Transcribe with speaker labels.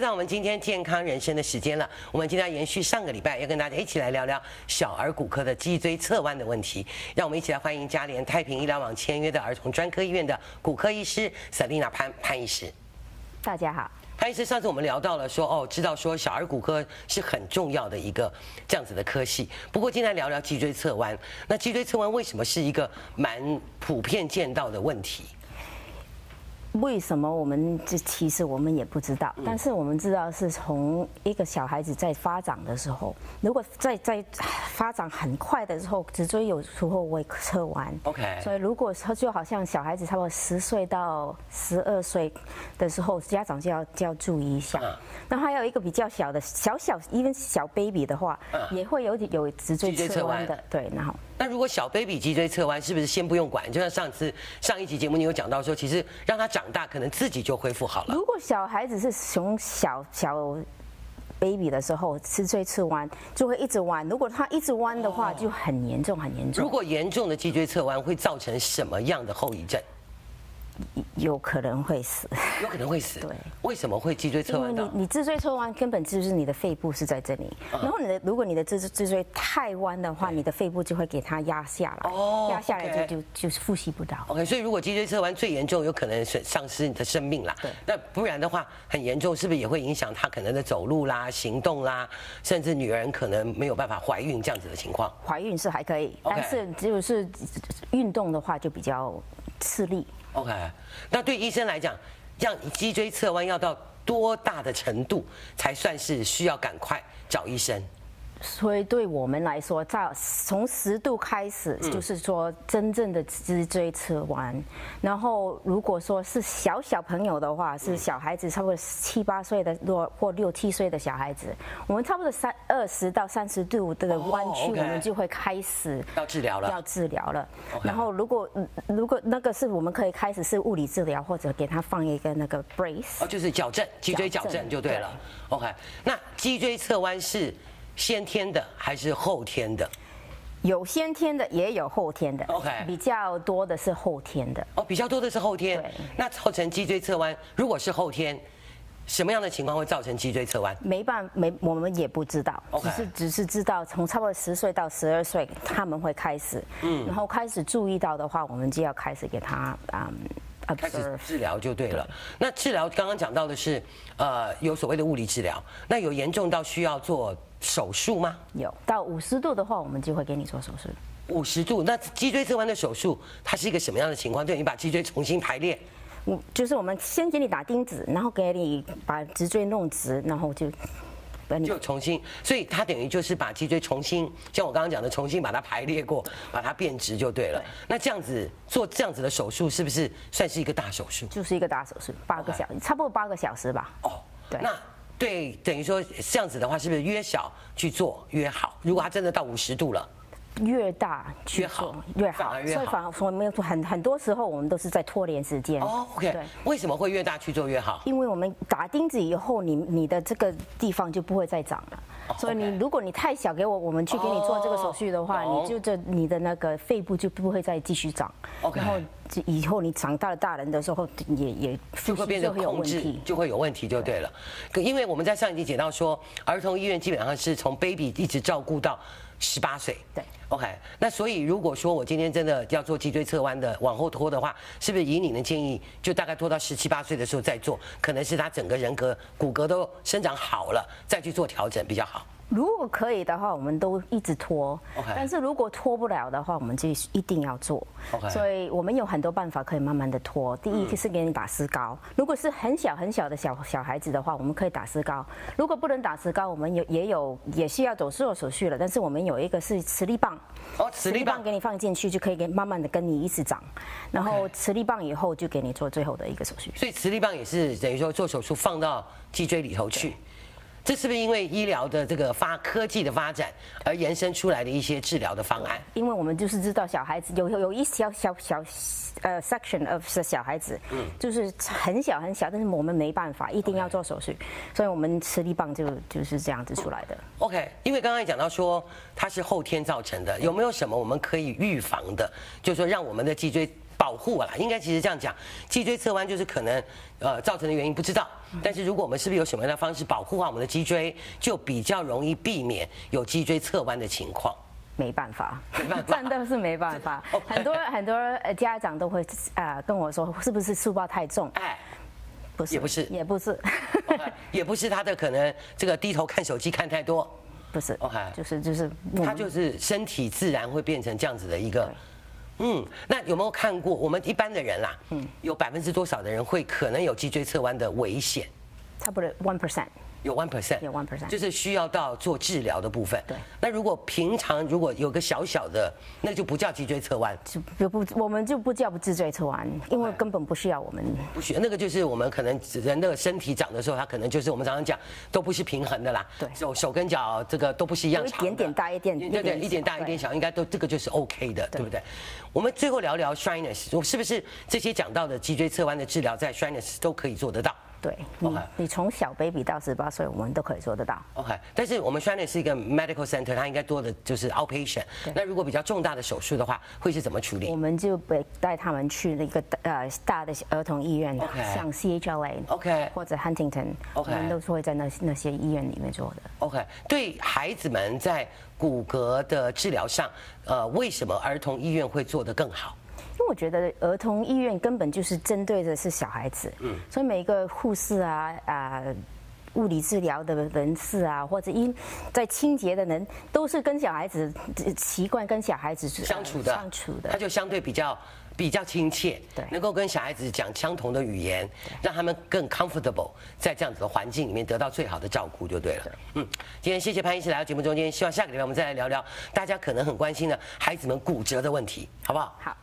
Speaker 1: 到我们今天健康人生的时间了，我们今天要延续上个礼拜，要跟大家一起来聊聊小儿骨科的脊椎侧弯的问题。让我们一起来欢迎嘉联太平医疗网签约的儿童专科医院的骨科医师 Selina 潘潘医师。
Speaker 2: 大家好，
Speaker 1: 潘医师，上次我们聊到了说，哦，知道说小儿骨科是很重要的一个这样子的科系。不过今天来聊聊脊椎侧弯，那脊椎侧弯为什么是一个蛮普遍见到的问题？
Speaker 2: 为什么我们这其实我们也不知道，但是我们知道是从一个小孩子在发展的时候，如果在在发展很快的时候，脊椎有时候会侧弯。
Speaker 1: OK
Speaker 2: 所以如果说就好像小孩子差不多十岁到十二岁的时候，家长就要就要注意一下
Speaker 1: 嗯。
Speaker 2: 那还有一个比较小的小小，even 小 baby 的话，也会有有脊椎
Speaker 1: 脊椎侧
Speaker 2: 侧弯
Speaker 1: 弯
Speaker 2: 的，对，然后。
Speaker 1: 那如果小 baby 脊椎侧弯，是不是先不用管？就像上次上一集节目你有讲到说，其实让他长大可能自己就恢复好了。
Speaker 2: 如果小孩子是从小小 baby 的时候吃最吃弯，就会一直弯。如果他一直弯的话，就很严重，很严
Speaker 1: 如
Speaker 2: 重，
Speaker 1: 果严重的脊椎侧弯会造成什么样的后遗症？
Speaker 2: 有可能 会死。
Speaker 1: 有可能会死。
Speaker 2: 对，
Speaker 1: 为什么会脊椎侧
Speaker 2: 因为
Speaker 1: 弯
Speaker 2: 你
Speaker 1: 到？
Speaker 2: 你脊椎侧弯，根本就是你的肺部是在这里。
Speaker 1: 嗯
Speaker 2: 然后你的如果你的脊椎脊椎太弯的话，你的肺部就会给它压下来
Speaker 1: 哦，
Speaker 2: 压下来
Speaker 1: OK
Speaker 2: 就就就是呼吸不到。
Speaker 1: OK，所以如果脊椎侧弯最严重，有可能损丧失你的生命啦
Speaker 2: 对。
Speaker 1: 那不然的话，很严重，是不是也会影响他可能的走路啦、行动啦，甚至女人可能没有办法怀孕这样子的情况？
Speaker 2: 怀孕是还可以，
Speaker 1: OK
Speaker 2: 但是就是运动的话就比较吃力。
Speaker 1: OK，那对医生来讲，让脊椎侧弯要到多大的程度才算是需要赶快找医生？
Speaker 2: 所以对我们来说，在从十度开始，
Speaker 1: 嗯
Speaker 2: 就是说真正的脊椎侧弯。然后如果说是小小朋友的话，是小孩子差不多七八岁的，或或六七岁的小孩子，我们差不多三二十到三十度这个弯
Speaker 1: 哦
Speaker 2: 曲，我
Speaker 1: ，OK
Speaker 2: 们就会开始
Speaker 1: 要治疗
Speaker 2: 要
Speaker 1: 了。
Speaker 2: 治疗了。然后如果嗯如果那个是我们可以开始是物理治疗，或者给他放一个那个 brace
Speaker 1: 哦，。就是矫正脊椎矫
Speaker 2: 矫
Speaker 1: 正
Speaker 2: 正
Speaker 1: 就对了。OK，那脊椎侧弯是先天的还是后天的？
Speaker 2: 有先天的，也有后天的。
Speaker 1: OK
Speaker 2: 比较多的是后天的。
Speaker 1: 哦，比较多的是后天
Speaker 2: 对。
Speaker 1: 那造成脊椎侧弯，如果是后天，什么样的情况会造成脊椎侧弯？
Speaker 2: 没办没，我们也不知道
Speaker 1: OK
Speaker 2: 只是只是知道从差不多十岁到十二岁他们会开始，嗯，然后开始注意到的话，我们就要开始给他嗯
Speaker 1: 开始
Speaker 2: observe。
Speaker 1: 治疗就对了。那治疗刚刚讲到的是，呃，有所谓的物理治疗，那有严重到需要做手术吗？
Speaker 2: 有到五十度的话，我们就会给你做手术。
Speaker 1: 五十度，那脊椎侧弯的手术，它是一个什么样的情况？对你把脊椎重新排列，
Speaker 2: 嗯，就是我们先给你打钉子，然后给你把脊椎弄直，然后就把你
Speaker 1: 就重新，所以它等于就是把脊椎重新，像我刚刚讲的，重新把它排列过，把它变直就对了。那这样子做这样子的手术，是不是算是一个大手术？
Speaker 2: 就是一个大手术，八个小差不多八个小时吧。
Speaker 1: 哦，
Speaker 2: 对
Speaker 1: 那对，等于说这样子的话，是不是约小去做越好？如果它真的到五十度了，
Speaker 2: 越大去
Speaker 1: 越好
Speaker 2: 做越好，
Speaker 1: 反而越
Speaker 2: 所以
Speaker 1: 好
Speaker 2: 反而我们很很多时候我们都是在拖延时间。
Speaker 1: 哦，OK，
Speaker 2: 嗯对
Speaker 1: 为什么会越大去做越好？
Speaker 2: 因为我们打钉子以后，你你的这个地方就不会再长了。
Speaker 1: 哦
Speaker 2: 所以你如果你太小给我，我们去给你做这个手术的话，
Speaker 1: 哦
Speaker 2: 你就这你的那个肺部就不会再继续长。
Speaker 1: OK
Speaker 2: 然后这以后你长大了大人的时候，也也
Speaker 1: 就
Speaker 2: 就
Speaker 1: 会变成控制，就会有问题就对了。可因为我们在上一集讲到说，儿童医院基本上是从 baby 一直照顾到十八岁。
Speaker 2: 对
Speaker 1: ，OK。那所以如果说我今天真的要做脊椎侧弯的，往后拖的话，是不是以你的建议，就大概拖到十七八岁的时候再做，可能是他整个人格骨骼都生长好了，再去做调整比较好。
Speaker 2: 如果可以的话，我们都一直拖。
Speaker 1: OK
Speaker 2: 但是如果拖不了的话，我们就一定要做。
Speaker 1: OK 嗯
Speaker 2: 所以我们有很多办法可以慢慢的拖。第一个是给你打石膏，如果是很小很小的小小孩子的话，我们可以打石膏。如果不能打石膏，我们有也有也是要走做手术了，但是我们有一个是磁力棒。
Speaker 1: 哦，磁力棒
Speaker 2: 给你放进去，就可以给慢慢的跟你一直长，然后磁力棒以后就给你做最后的一个手续。
Speaker 1: 所以磁力棒也是等于说做手术放到脊椎里头去。这是不是因为医疗的这个发科技的发展而延伸出来的一些治疗的方案？
Speaker 2: 因为我们就是知道小孩子有有有一小小小呃 section of 是小孩子，
Speaker 1: 嗯
Speaker 2: 就是很小很小，但是我们没办法，一定要做手术所以我们磁力棒就就是这样子出来的。
Speaker 1: OK，因为刚刚也讲到说它是后天造成的，有没有什么我们可以预防的？就是说让我们的脊椎保保护啦，应该其实这样讲，脊椎侧弯就是可能呃造成的原因不知道，但是如果我们是不是有什么样的方式保护好我们的脊椎，就比较容易避免有脊椎侧弯的情况。
Speaker 2: 没 办法
Speaker 1: 办法，
Speaker 2: 真的是没 办法。很多很多呃家长都会啊、呃跟我说，是不是书包太重？
Speaker 1: 哎，
Speaker 2: 不是，
Speaker 1: 也不是
Speaker 2: 也不是，
Speaker 1: 也不是他的可能这个低头看手机看太多，
Speaker 2: 不是
Speaker 1: OK
Speaker 2: 就是就是我们
Speaker 1: 他就是身体自然会变成这样子的一个。嗯，那有没有看过我们一般的人啦？嗯，有百分之多少的人会可能有脊椎侧弯的危险？
Speaker 2: 差不多 one percent。
Speaker 1: 有 one percent，
Speaker 2: 有1%
Speaker 1: 就是需要到做治疗的部分。
Speaker 2: 对
Speaker 1: 那如果平常如果有个小小的，那就不叫脊椎侧弯，
Speaker 2: 就不不，我们就不叫不自追车完，因为根本不需要我们。
Speaker 1: 不需那个就是我们可能人的身体长的时候，它可能就是我们常常讲都不是平衡的啦。
Speaker 2: 对
Speaker 1: 手手跟脚这个都不是一样
Speaker 2: 有一
Speaker 1: 长的
Speaker 2: 点点大一点
Speaker 1: 对对，
Speaker 2: 一点
Speaker 1: 一点大
Speaker 2: 小
Speaker 1: 一点小，应该都这个就是 OK 的，对不对？我们最后聊聊 shyness，是不是这些讲到的脊椎侧弯的治疗，在 shyness 都可以做得到？
Speaker 2: 对你
Speaker 1: OK，
Speaker 2: 你从小 baby 到十八岁，我们都可以做得到。
Speaker 1: OK，但是我们 Shannon 是一个 medical center，它应该多的就是 outpatient。那如果比较重大的手术的话，会是怎么处
Speaker 2: 我
Speaker 1: 理
Speaker 2: 们就被带他们去那个呃大的儿童医院
Speaker 1: OK
Speaker 2: 像 CHLA
Speaker 1: OK
Speaker 2: 或者 Huntington，
Speaker 1: OK
Speaker 2: 我们都是会在那那些医院里面做的。
Speaker 1: ？OK，对孩子们在骨骼的治疗上，呃，为什么儿童医院会做得更好？
Speaker 2: 因为我觉得儿童医院根本就是针对的是小孩子，
Speaker 1: 嗯
Speaker 2: 所以每一个护士啊啊。物理治疗的人士啊，或者医在清洁的人，都是跟小孩子习惯跟小孩子呃
Speaker 1: 相处的，
Speaker 2: 相处的
Speaker 1: 他，就相对比较比较亲切，
Speaker 2: 对
Speaker 1: 能够跟小孩子讲相同的语言，让他们更 comfortable，在这样子的环境里面得到最好的照顾就对了。嗯，今天谢谢潘医师来到节目中间，希望下个礼拜我们再来聊聊大家可能很关心的孩子们骨折的问题，好不好？
Speaker 2: 好